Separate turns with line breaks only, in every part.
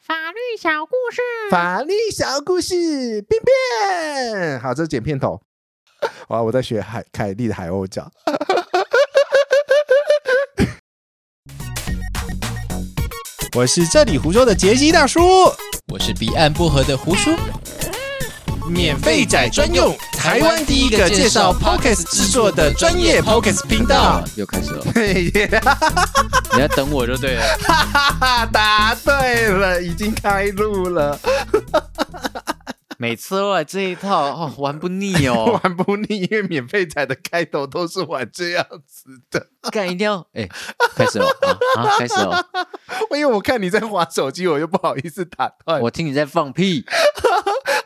法律小故事，
法律小故事，变变。好，这是剪片头。哇，我在学海凯莉的海鸥叫。 我是这里胡说的杰西大叔，
我是彼岸薄荷的胡叔，
免费仔专用，台湾第一个介绍 Podcast 制作的专业 Podcast 频道。
啊又开始了，
嘿耶
你在等我就对了。
哈哈， 答对了，已经开录了，
每次都来这一套，哦，玩不腻 哦，
玩不腻，因为免费仔的开头都是玩这样子的。
干一定要哎、开始了啊啊，开始了！
因为我看你在划手机，我就不好意思打断。
我听你在放屁，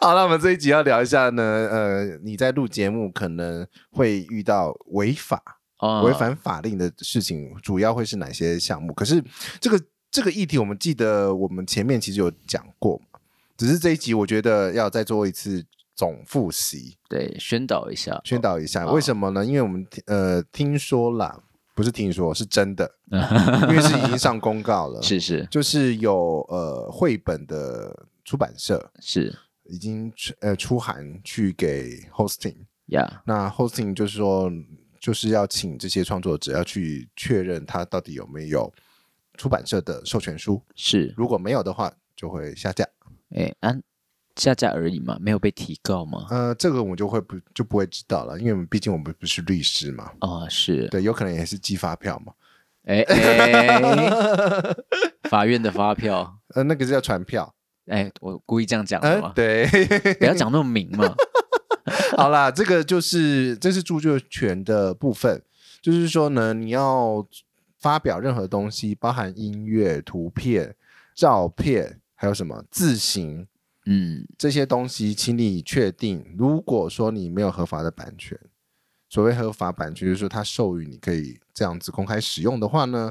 好了，我们这一集要聊一下呢，呃，你在录节目可能会遇到违法、
哦
违反法令的事情，主要会是哪些项目？可是这个这个议题，我们记得我们前面其实有讲过嘛，只是这一集我觉得要再做一次总复习，
对，宣导一下，
宣导一下。
哦
为什么呢？因为我们呃听说啦，不是听说，是真 的，因为是已经上公告了，
是是
就是有呃绘本的出版社
是
已经出呃出函去给 hosting，
呀，
那 hosting 就是说就是要请这些创作者要去确认他到底有没有出版社的授权书，
是
如果没有的话就会下架。
哎安、下架而已嘛，没有被提告嘛。
呃，这个我就会不就不会知道了，因为我们毕竟我们不是律师嘛，
哦，是，
对，有可能也是寄发票嘛，
哎哎， 法院的发票，
呃，那个叫传票，
哎，我故意这样讲的
嗯、
嘛，
对，
不要讲那么明嘛，
好啦，这个就是这是著作权的部分，就是说呢，你要发表任何东西，包含音乐、图片、照片，还有什么字形
嗯，
这些东西，请你确定，如果说你没有合法的版权，所谓合法版权，就是说它授予你可以这样子公开使用的话呢，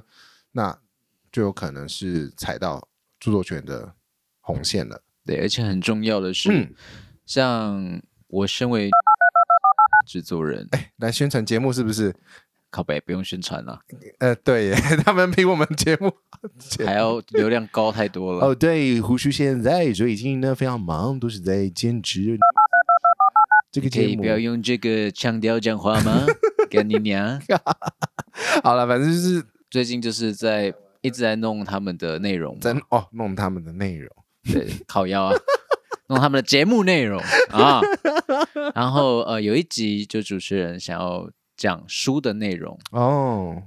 那就有可能是踩到著作权的红线了。
对，而且很重要的是，
嗯
像我身为 制作人，
来宣传节目是不是？
靠北不用宣传了，
呃，对耶， 他们比我们节目对
还要流量高太多了。
哦，对，胡叔现在所以经营呢非常忙，都是在兼职。这个
你可
节
以
目
不要用这个腔调讲话吗？干你娘！
好了，反正就是
最近就是在一直在弄他们的内容嘛，
在哦弄他们的内容。
对，靠腰啊， 弄他们的节目内容 啊。然后呃，有一集就主持人想要讲书的内容，
哦，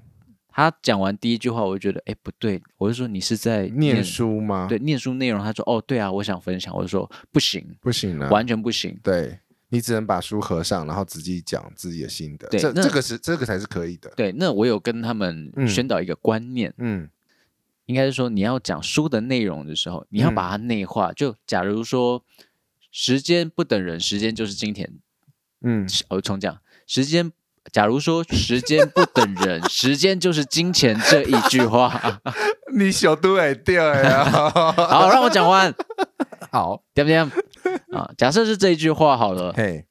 他讲完第一句话，我就觉得哎不对，我就说你是在
念书吗？
对，念书内容，他说哦，对啊，我想分享，我就说不行，
不行了。
完全不行。
对你只能把书合上，然后自己讲自己的心得。
对
这
那
这个是这个才是可以的。
对，那我有跟他们
嗯
宣导一个观念，
嗯
应该是说你要讲书的内容的时候，你要
嗯
把它内化。就假如说时间不等人，时间就是金钱。
嗯，
是我重讲，时间。假如说时间不等人，时间就是金钱这一句话。
你小都哎掉 呀。
好，让我讲完，
好，
对不对？啊，假设是这一句话好了，
嘿，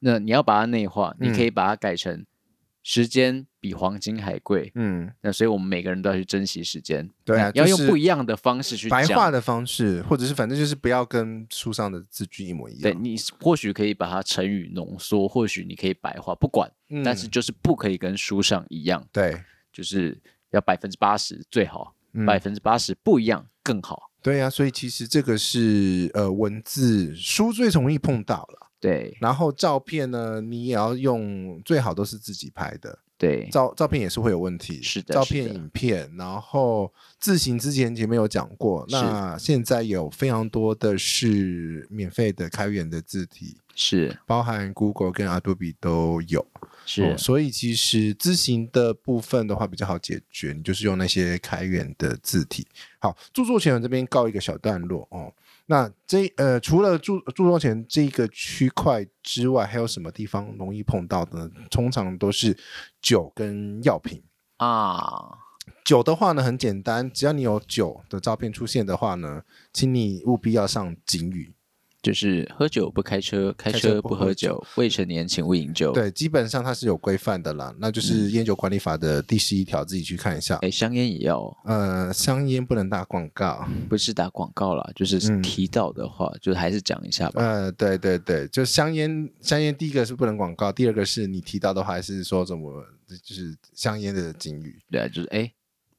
那你要把它内化，你
嗯
可以把它改成时间比黄金还贵。
嗯，
那所以我们每个人都要去珍惜时间，
对啊
那要
就
用
是
不一样的方式去
白话
讲。
的方式，或者是反正就是不要跟书上的字句一模一样。
对你或许可以把它成语浓缩，或许你可以白话，不管，
嗯
但是就是不可以跟书上一样，
对，
就是要百分之八十最好，
嗯
百分之八十不一样更好。
对呀、所以其实这个是呃文字书最容易碰到了，
对
然后照片呢，你也要用最好都是自己拍的，
对
照照片也是会有问题，
是的
照
是
片、
的
影片，然后字形之前前面有讲过，
是
那现在有非常多的是免费的开源的字体，
是
包含 Google 跟 Adobe 都有，
是
哦所以其实字形的部分的话比较好解决，你就是用那些开源的字体。好，著作权我这边告一个小段落哦。那这呃，除了著著作权这个区块之外，还有什么地方容易碰到的呢？通常都是酒跟药品。
啊，
酒的话呢，很简单，只要你有酒的照片出现的话呢，请你务必要上警语，
就是喝酒不开车，开
开车
车
不
不
喝
喝酒，未成年请勿饮酒。，
对，基本上它是有规范的啦，那就是《烟酒管理法》的第十一条，自己去看一下。
哎，香烟也要哦，
呃，香烟不能打广告。
不是打广告啦，就是
嗯
提到的话，就还是讲一下吧。
呃，对对对，就香烟，香烟第一个是不能广告，第二个是你提到的话，还是说怎么就是香烟的警语。
对啊，就是哎，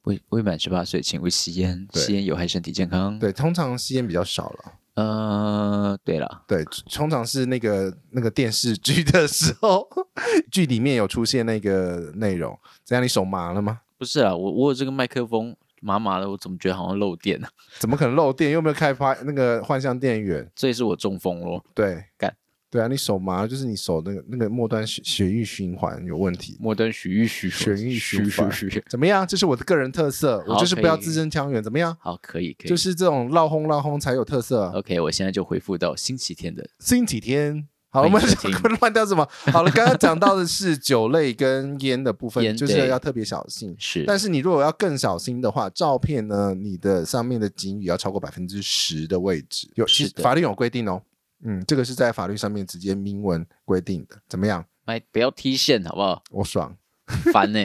未未满十八岁请勿吸烟，
对
吸烟有害身体健康。，
对，通常吸烟比较少了。
呃，对了，
对，通常是那个那个电视剧的时候， 剧里面有出现那个内容。怎样？你手麻了吗？
不是啊，我我有这个麦克风麻麻的，我怎么觉得好像漏电啊呢、
怎么可能漏电？又没有开发那个幻象电源？
这也是我中风咯，
对，
干。
对啊，你手麻就是你手那个那个末端血血液循环有问题。
末端许一许
血液
许
循环
许许。
怎么样？这是我的个人特色，我
好
就是
可
不要
以
字正腔圆。怎么样？
好，可以，可以。
就是这种绕轰绕轰才有特色啊。
OK，我现在就回复到星期天的
星期天。好，我
欢迎
们
收听
乱掉什么？好了，刚刚讲到的是酒类跟烟的部分，
烟
就是
对
要特别小心。
是，
但是你如果要更小心的话，照片呢，你的上面的警语要超过百分之十的位置，有其
是
实
的
法律有规定哦。嗯，这个是在法律上面直接明文规定的，怎么样？
哎，不要踢线好不好？
我爽。
烦呢、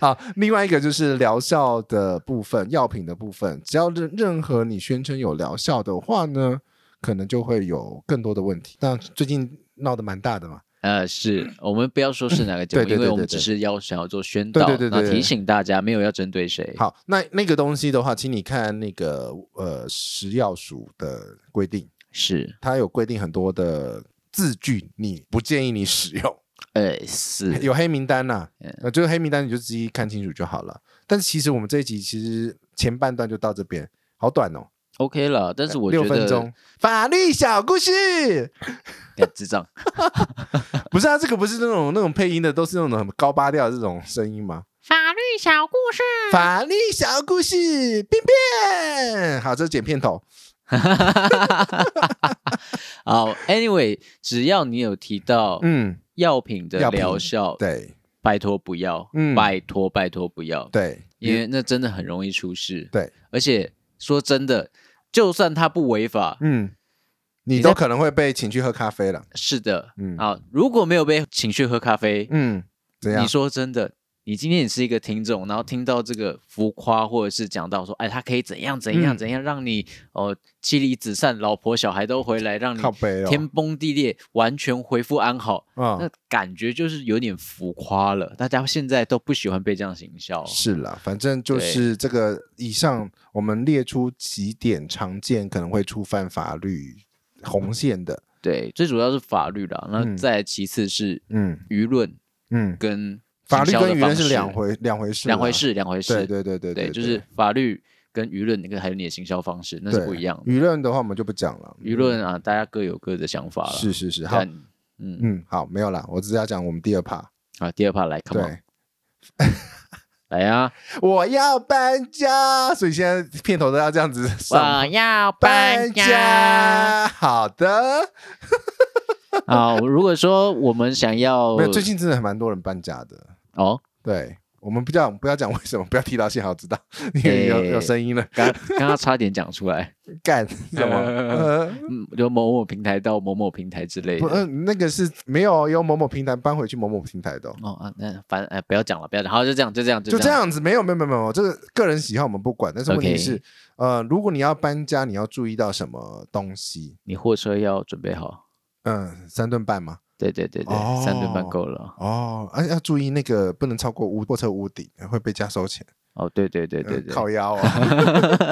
好，另外一个就是疗效的部分，药品的部分，只要任任何你宣称有疗效的话呢，可能就会有更多的问题。但最近闹得蛮大的嘛，
呃，是我们不要说是哪个节目，
对对
因为
对
我们
对对
只是要想要做宣
对
导，
对对对
那
对
提醒大家没有要针对谁。
好，那那个东西的话，请你看那个呃食药署的规定，
是，
它有规定很多的字句，你不建议你使用，
呃，是，
有黑名单呐、
嗯
呃，就是黑名单你就仔细看清楚就好了。但是其实我们这一集其实前半段就到这边，好短哦，
OK 了，但是我觉
六
得
分钟。法律小故事
干智障，
不是啊，这个不是那种那种配音的，都是那种很高八调的这种声音吗？
法律小故事。
法律小故事，变变，好，这是剪片头。
好，Anyway，只要你有提到
嗯，
药品的
药品
疗效，
对
拜托不要，
嗯
拜托拜托不要，
对，
因为那真的很容易出事。
对，
而且说真的，就算它不违法，
嗯，你
你在
都可能会被请去喝咖啡了。
是的，
嗯
啊，如果没有被请去喝咖啡，
嗯，怎样
你？说真的，你今天也是一个听众，然后听到这个浮夸，或者是讲到说，哎，他可以怎样怎样
嗯
怎样，让你哦、妻离子散，老婆小孩都回来，让你
靠背哦，
天崩地裂，完全恢复安好，
啊、
那感觉就是有点浮夸了。大家现在都不喜欢被这样行销，
是啦，反正就是这个以上，我们列出几点常见可能会触犯法律红线的。
对，最主要是法律啦，那
嗯
再来其次是
嗯
舆论
嗯，
跟
法律
行销
跟
的
舆论
方
是
式
两回两回事，啊
两回。事，两回事，
对对对对
对就是法律跟舆论，那个还有你的行销方式，那是
对
不一样的。
舆论的话，我们就不讲了。嗯
舆论啊，大家各有各的想法了。
是是是，好，
但，嗯
嗯，好，没有啦，我只是要讲我们第二趴。
好，第二趴来，come on，
对，
来啊呀！
我要搬家，所以现在片头都要这样子上。
我要搬
搬
家。
家，好的。
啊，如果说我们想要
没有，最近真的还蛮多人搬家的。
哦，
对，我们不讲，不要讲为什么，不要提到幸好知道，因为有
诶
有声音了，
刚刚刚差点讲出来，
干什么？呃，
嗯，由某某平台到某某平台之类
不，呃，
的。
那个是没有由某某平台搬回去某某平台的哦，
哦啊，那反正哎，不要讲了，不要讲，好，就这样，就这样，
就这
这样。
样子，没有没有没有没有，这个个人喜好我们不管，但是问题
OK
是，呃，如果你要搬家，你要注意到什么东西？
你货车要准备好，
嗯，三吨半吗？
对对对
哦
对，三顿半够了。
哦，而、啊、要注意那个不能超过屋货车屋顶，会被加收钱。
哦，对对对对
呃
对，
靠腰 啊，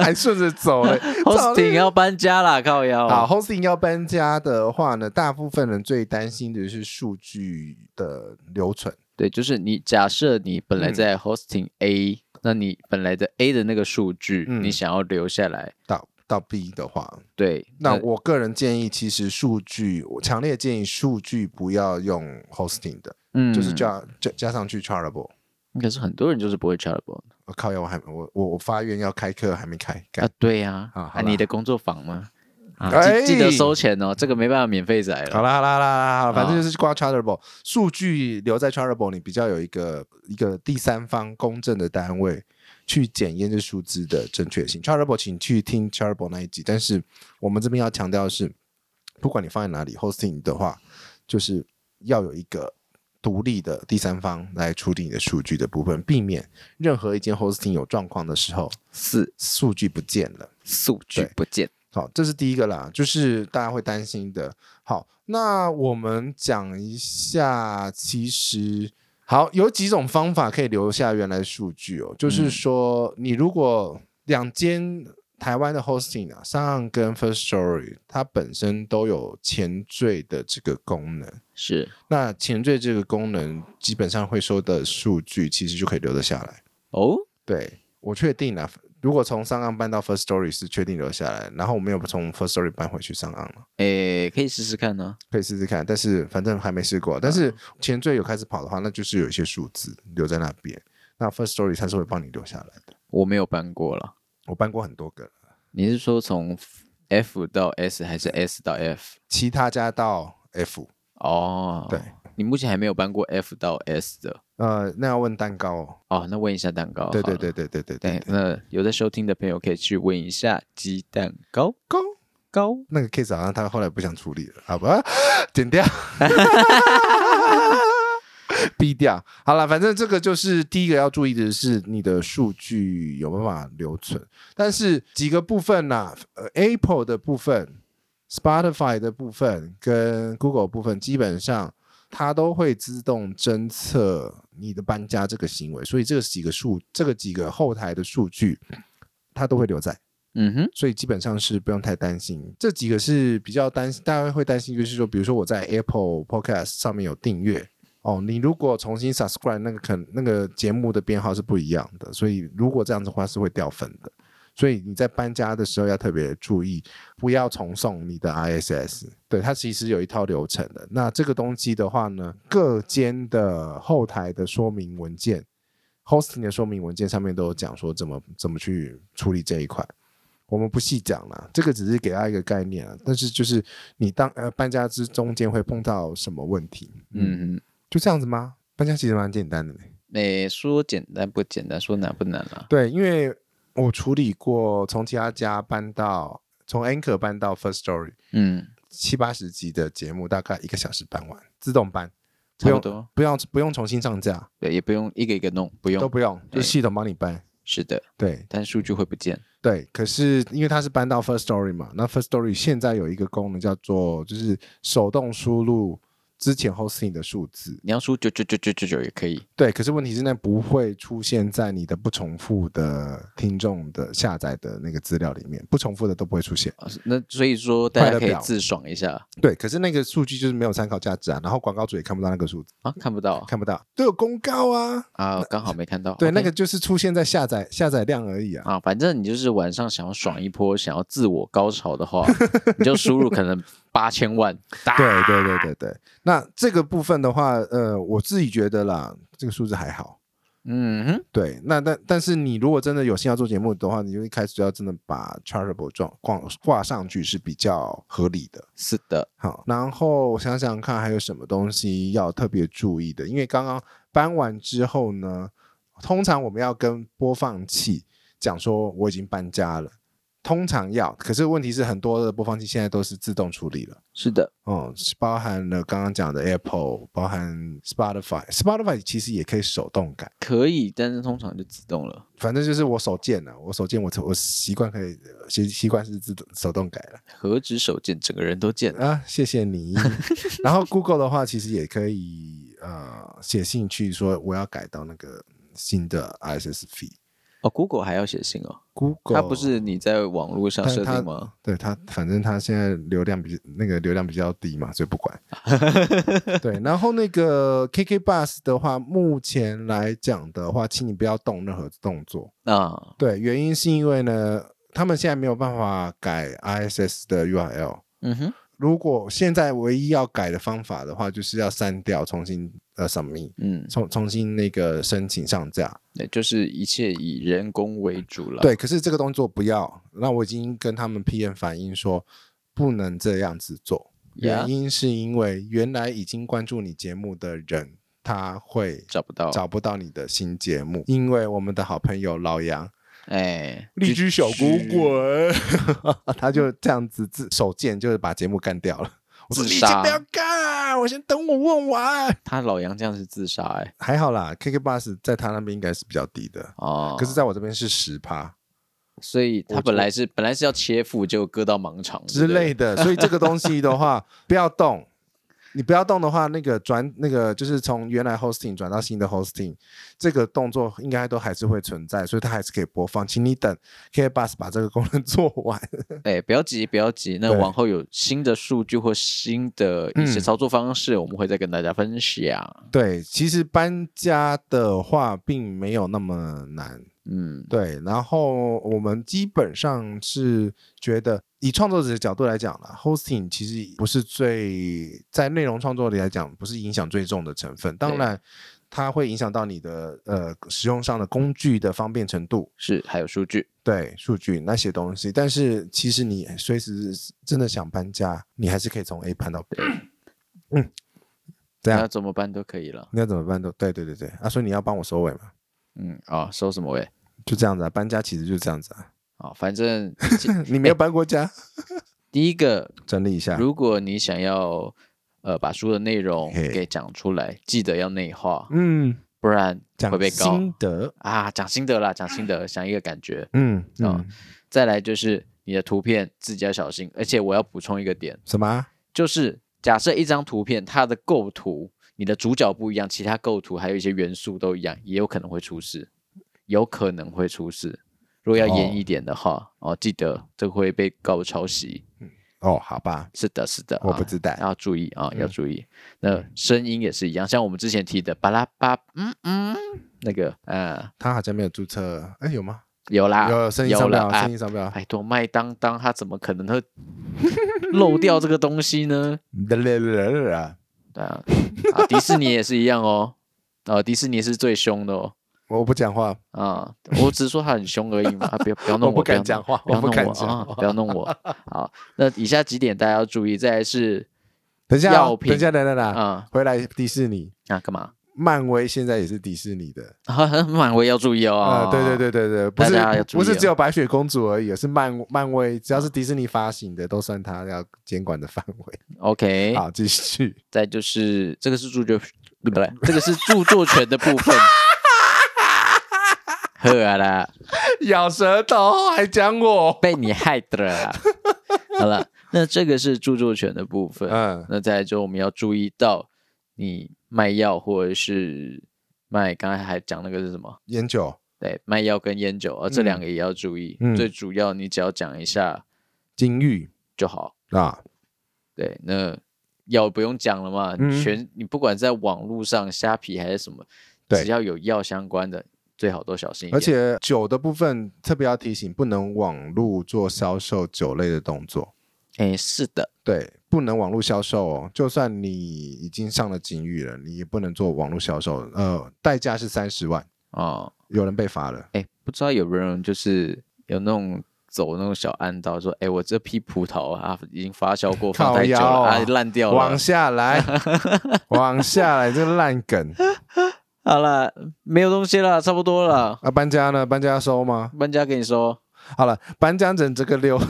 还顺着走嘞。
，hosting 要搬家啦，靠腰。
好，，hosting 要搬家的话呢，大部分人最担心的是数据的留存。
对，就是你假设你本来
嗯
在 hosting A，、那你本来的 A 的那个数据，
嗯
你想要留下来，
到到 B 的话，
对，
那我个人建议，其实数据，我强烈建议数据不要用 hosting 的，
嗯
就是加加加上去 chargeable。
可是很多人就是不会 charitable
我靠呀，我还我我我发愿要开课还没开，干
啊，对呀、
啊
啊，
好啦
你的工作坊吗？啊，
哎
记记得收钱哦，这个没办法免费载
好
了。
啦好啦好啦好啦，反正就是挂 chargeable，数据留在 chargeable，你比较有一个一个第三方公正的单位去检验这数字的正确性。Chartable，请去听 Chartable 那一集。但是我们这边要强调的是，不管你放在哪里 hosting 的话，就是要有一个独立的第三方来处理你的数据的部分，避免任何一间 hosting 有状况的时候，
四
数据不见了。
数据
对
不见，
好，这是第一个啦，就是大家会担心的。好，那我们讲一下，其实好有几种方法可以留下原来的数据哦，就是说你如果两间。台湾的 hosting 啊，上岸跟 First Story，它本身都有前缀的这个功能。
是
那前缀这个功能，基本上会收的数据，其实就可以留得下来。
哦，
对我确定了，如果从上岸搬到 First Story 是确定留下来，然后我们有从 First Story 搬回去上岸了，
诶，可以试试看呢、
可以试试看。但是反正还没试过，但是
嗯
前缀有开始跑的话，那就是有一些数字留在那边。那 First Story 它是会帮你留下来的。
我没有搬过了，
我搬过很多个了，
你是说从 F 到 S 还是 S 到 F？
其他家到 F，
哦，
对，
你目前还没有搬过 F 到 S 的
呃，那要问蛋糕哦。
哦，那问一下蛋糕好了，
对对对对对对
对
对，，
那有在收听的朋友可以去问一下鸡蛋糕
高
糕，
那个 case 好像他后来不想处理了，好吧，剪掉， 逼掉。好了，反正这个就是第一个要注意的是你的数据有没有办法留存，但是几个部分呢、呃、，Apple 的部分、Spotify 的部分跟 Google 的部分，基本上它都会自动侦测你的搬家这个行为，所以这几个数，这个几个后台的数据，它都会留在。
嗯哼，
所以基本上是不用太担心。这几个是比较担心，大家会担心就是说，比如说我在 Apple Podcast 上面有订阅哦，你如果重新 subscribe，那个可那个节目的编号是不一样的，所以如果这样子的话是会掉粉的。所以你在搬家的时候要特别注意，不要重送你的 RSS。对，它其实有一套流程的。那这个东西的话呢，各间的后台的说明文件、hosting 的说明文件上面都有讲说怎么怎么去处理这一块。我们不细讲了，这个只是给大家一个概念啊。但是就是你当呃搬家之中间会碰到什么问题？嗯，
嗯哼，
就这样子吗？搬家其实蛮简单的嘞。
诶，说简单不简单，说难不难啊啦、
对，因为我处理过从其他家搬到从 Anchor 搬到 First Story
嗯，
七八十集的节目，大概一个小时搬完，自动搬，不
差不
用
多，
不用不用重新上架，
对，也不用一个一个弄，不
都
用，
不用，就
哎
系统帮你搬。
是的，
对，
但数据会不见，
对，可是因为它是搬到 First Story 嘛，那 First Story 现在有一个功能叫做就是手动输入之前 hosting 的数字。
你要输九九九九九九也可以，
对，可是问题是那不会出现在你的不重复的听众的下载的那个资料里面，不重复的都不会出现。
啊那所以说大
快乐
家可以
表
自爽一下
对，可是那个数据就是没有参考价值啊，然后广告主也看不到那个数字，
啊，看不到
看不到，都有公告啊。
啊，刚好没看到，
对
哦 OK
那个就是出现在下载下载量而已啊。
啊，反正你就是晚上想要爽一波，想要自我高潮的话，你就输入 可能八千万，
对对对对对，那这个部分的话，呃，我自己觉得啦，这个数字还好。
嗯哼，
对，那但但是你如果真的有心要做节目的话，你就一开始就要真的把 Chartable 状挂挂上去是比较合理的。
是的，
好，然后我想想看还有什么东西要特别注意的，因为刚刚搬完之后呢，通常我们要跟播放器讲说我已经搬家了，通常要，可是问题是很多的播放器现在都是自动处理了。
是的，
哦、是包含了刚刚讲的 Apple，包含 Spotify，Spotify 其实也可以手动改。
可以，但是通常就自动了，
反正就是我手贱了，我手贱，我我习惯可以呃习习惯是自动手动改了
何止手贱，整个人都贱了，
啊，谢谢你。 然后 Google 的话，其实也可以呃写信去说我要改到那个新的 RSS feed。
哦，Google 还要写信哦，
Google
它不是你在网络上
但
设
它
定吗？
对它，反正它现在流量比那个流量比较低嘛，所以不 管。对，然后那个 KK Bus 的话，目前来讲的话，请你不要动任何动作。
啊，
对，原因是因为呢，他们现在没有办法改 RSS 的 URL。
嗯哼，
如果现在唯一要改的方法的话，就是要删掉，重新呃 submit，
嗯，
重重新那个申请上架。
那就是一切以人工为主了，，
对，可是这个动作不要。那我已经跟他们 PM 反映说，不能这样子做。
Yeah
原因是因为原来已经关注你节目的人，他会
找不到，
找不到你的新节目，因为我们的好朋友老杨
哎，
荔枝小滚滚， 他就这样子自手贱，就是把节目干掉 了。我说
自
你
杀
先不要干，我先等我问完。
他老杨这样是自杀哎、
还好啦，KK Bus 在他那边应该是比较低的，
哦，
可是在我这边是十趴
所以他
我
本来是本来是要切腹，结果割到盲肠
之类
的，
的，所以这个东西的话不要动。你不要动的话，那个转那个就是从原来 hosting 转到新的 hosting，这个动作应该都还是会存在，所以它还是可以播放。请你等 KK Bus 把这个功能做完。
哎，不要急，不要急，那
对
往后有新的数据或新的一
嗯
些操作方式，我们会再跟大家分享。
对，其实搬家的话并没有那么难，
嗯，
对。然后我们基本上是觉得，以创作者的角度来讲啦，hosting 其实不是最在内容创作里来讲不是影响最重的成分，当
对
然它会影响到你的呃使用上的工具的方便程度。
是还有数据，
对数据那些东西，但是其实你随时真的想搬家，你还是可以从 A 搬到 B。嗯，这样
那怎么办都可以了。
你要怎么办都对对对对啊，所以你要帮我收尾嘛。
嗯啊，收什么尾？
就这样子啊，搬家其实就这样子啊。
啊，反正
你没有搬过家，
第一个，
整理一下。
如果你想要呃把书的内容
嘿
给讲出来，记得要内化，
嗯，
不然
讲
会被告
心得，
啊。讲心得啦，讲心得，想一个感觉。
嗯嗯、
哦再来就是你的图片自己要小心，而且我要补充一个点，
什么啊？
就是假设一张图片它的构图，你的主角不一样，其他构图还有一些元素都一样，也有可能会出事，有可能会出事。如果要
哦
严一点的话，哦记得这会被告抄袭。
哦，好吧，
是的，是的，
我
啊
不知道
要注意啊，
嗯
要注意。那声音也是一样，像我们之前提的巴拉巴，嗯嗯，那个呃，
他好像没有注册，哎，有吗？
有啦，
有声音商标，
了啊
声，音商标。
拜托，麦当当它怎么可能会漏 掉这个东西呢？
啦啦啦啦啦
对啊，啊，迪士尼也是一样哦，啊，迪士尼是最凶的哦，
我不讲话，
啊，我只是说它很凶而已嘛，啊，不要不要弄
我不
不
敢
要弄
讲话，
不要
不
弄
敢
我
讲
啊！
话。
不要弄我。好，那以下几点大家要注意，再来是
等一下哦，
药品
等一下，等等等，
啊
回来迪士尼，
啊干嘛？
漫威现在也是迪士尼的
啊，漫威要注意哦
啊。。对对对对对，不
大家要
是
注意
不是
哦
只有白雪公主而已，是漫漫威，只要是迪士尼发行的，都算它要监管的范围。
，OK。
好，继续。
再就是这个是著作，对不对？这个是著作权的部 分。呵啊啦，
咬舌头还讲我，
被你害 的啦。好了，那这个是著作权的部分。
嗯，
那再来就我们要注意到，你卖药或者是卖，刚才还讲那个是什么？
烟酒
对，卖药跟烟酒，哦而这两
嗯
个也要注意。
嗯
最主要你只要讲一下
金玉
就好。
啊，
对，那药不用讲了嘛，
嗯
全你不管在网络上、虾皮还是什么，
对
只要有药相关的，最好都小心一点。
而且酒的部分特别要提醒，不能网络做销售酒类的动作，
哎，是的，
对，不能网络销售哦。就算你已经上了警语了，你也不能做网络销售，呃，代价是三十万，
哦，
有人被罚了。
哎，不知道有没有人就是有那种。走那种小暗道，说：“哎，我这批葡萄啊，已经发酵过，放
靠
太久
腰
了，啊
啊，
烂掉了。
往下 来，往下来，这个烂梗。
好了，没有东西了，差不多了。
啊，搬家呢？搬家要收吗？
搬家跟你说，
好了，搬家整这个流程，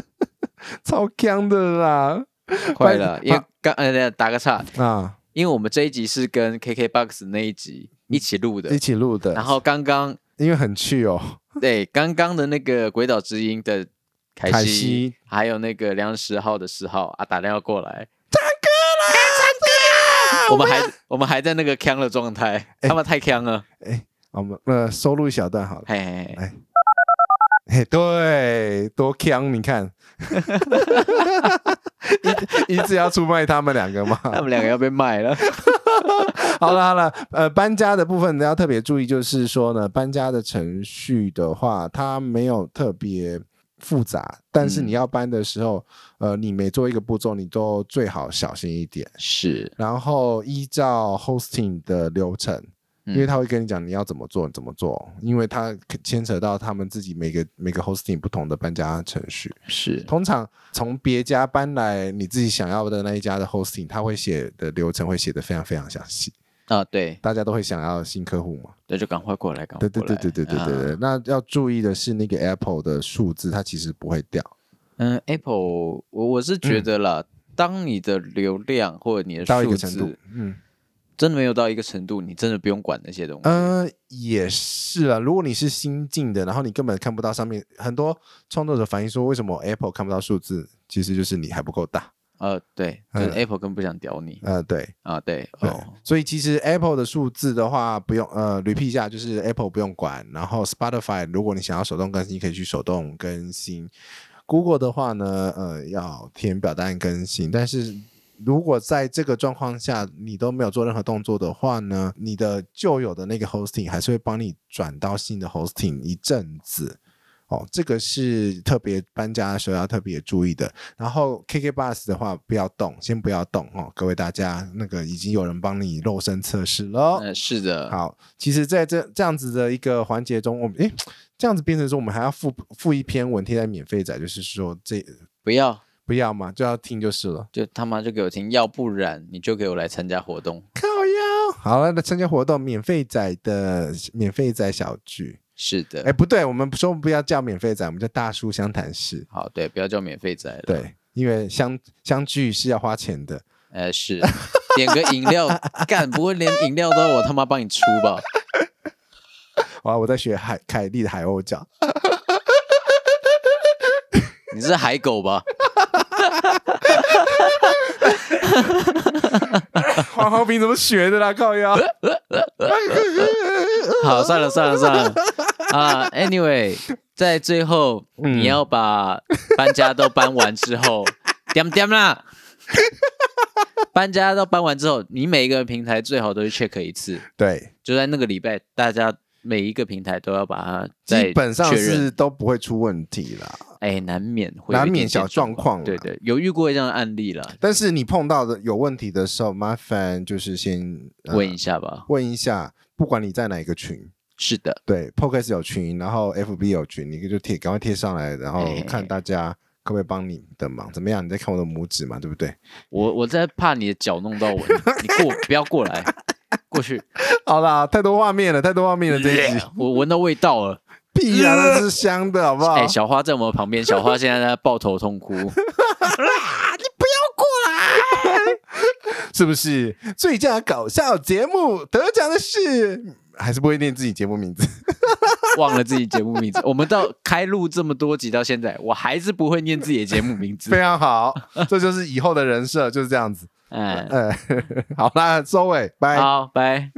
超强的啦
快了，
搬
因为刚呃等一下打个岔，
啊！
因为我们这一集是跟 KKBOX 那一集一起录的
一，起录的，
然后刚刚
因为很趣哦，
对刚刚的那个鬼岛之音的凯西，
凯西
还有那个梁十号的十号啊打电话过来，
啊
唱歌啦，唱歌，我们还我们还在那个呛的状 态，
哎
他们太呛了，
我们呃收录一小段好了。
嘿嘿嘿
哎嘿，对，多强！你看， 一一直要出卖他们两个嘛。
他们两个要被卖 了，
好了好了，呃，搬家的部分要特别注意，就是说呢，搬家的程序的话，它没有特别复杂，但是
嗯
你要搬的时候，呃，你每做一个步骤，你都最好小心一点。
是
然后依照 hosting 的流程，
嗯
因为他会跟你讲你要怎么做，怎么做，因为它牵扯到他们自己每个每个 hosting 不同的搬家程序。
是，
通常从别家搬来你自己想要的那一家的 hosting，他会写的流程会写的非常非常详细。
啊，对，
大家都会想要新客户嘛。
那就赶快过来，赶
对
快
对
过来。
对对对对对
啊
对。那要注意的是，那个 Apple 的数字它其实不会掉，
嗯，Apple，我我是觉得啦，当你的流量或者你的
嗯到一
数
个程度
字。
嗯
真的没有到一个程度，你真的不用管那些东西。
呃，也是啊。如果你是新进的，然后你根本看不到上面很多创作者反映说，为什么 Apple 看不到数字？其实就是你还不够大。
呃，对，就是
嗯
Apple 根本不想屌你
呃，对，
啊，对，
对
哦，
所以其实 Apple 的数字的话，不用呃，repeat 一下，就是 Apple 不用管，然后 Spotify 如果你想要手动更新，可以去手动更新。Google 的话呢，呃，要填表单更新，但是如果在这个状况下你都没有做任何动作的话呢，你的旧有的那个 hosting 还是会帮你转到新的 hosting 一阵子。哦，这个是特别搬家的时候要特别注意的。然后 KK Bus 的话，不要动，先不要动哦，各位大家，那个已经有人帮你肉身测试了。
嗯，是的，
好，其实在这这样子的一个环节中，我们诶，这样子变成说，我们还要附附一篇文贴在免费仔，就是说这
不要
不要嘛，就要听就是了。
就他妈就给我听，要不然你就给我来参加活动。
靠腰，好了，那参加活动，免费仔的免费仔小聚。
是
哎，
的，
不对，我们不说不要叫免费仔，我们叫大叔湘潭市。
好，对，不要叫免费仔了。，
对，啊因为相相聚是要花钱的。
呃，是点个饮 料，干，不会连饮料都要我他妈帮你出吧？
哇，我在学海凯莉的海鸥 叫。
你是海狗吧？
黄豪平怎么学的啦？靠腰，
好，算了算了算了啊。Anyway，在最后
嗯
你要把搬家都搬完之后，点 点啦。搬家都搬完之后，你每一个平台最好都去 check 一次，
对，
就在那个礼拜，大家每一个平台都要把它再
基本上
确认
是都不会出问题啦。
哎，难免会有
难
一
免
点点
小
状
状况啊
对
啦
对，有遇过这样的案例了，
但是你碰到的有问题的时候，麻烦就是先、呃
问一下吧。
问一下，不管你在哪一个群，
是的，
对 p o c a s t 有群，然后 FB 有群，你就贴，赶快贴上来，然后
嘿嘿嘿
看大家可不可以帮你的忙，怎么样？你在看我的拇指嘛，对不 对？
我我在怕你的脚弄到我，你过不要过来，过去，
好啦，太多画面了，太多画 面了，这一集
我闻到味道了。
屁呀、那是香的， 好不好？
哎，小花在我们旁边，小花现在在抱头痛哭。
哎 是不是？最佳搞笑节目得奖的是，还是不会念自己节目名 字。
忘了自己节目名字，我们到开录这么多集到现在，我还是不会念自己的节目 名
非
字。
常好，这就是以后的人设，就是这样子。
哎，
呃，好啦，收尾，拜。
好，拜。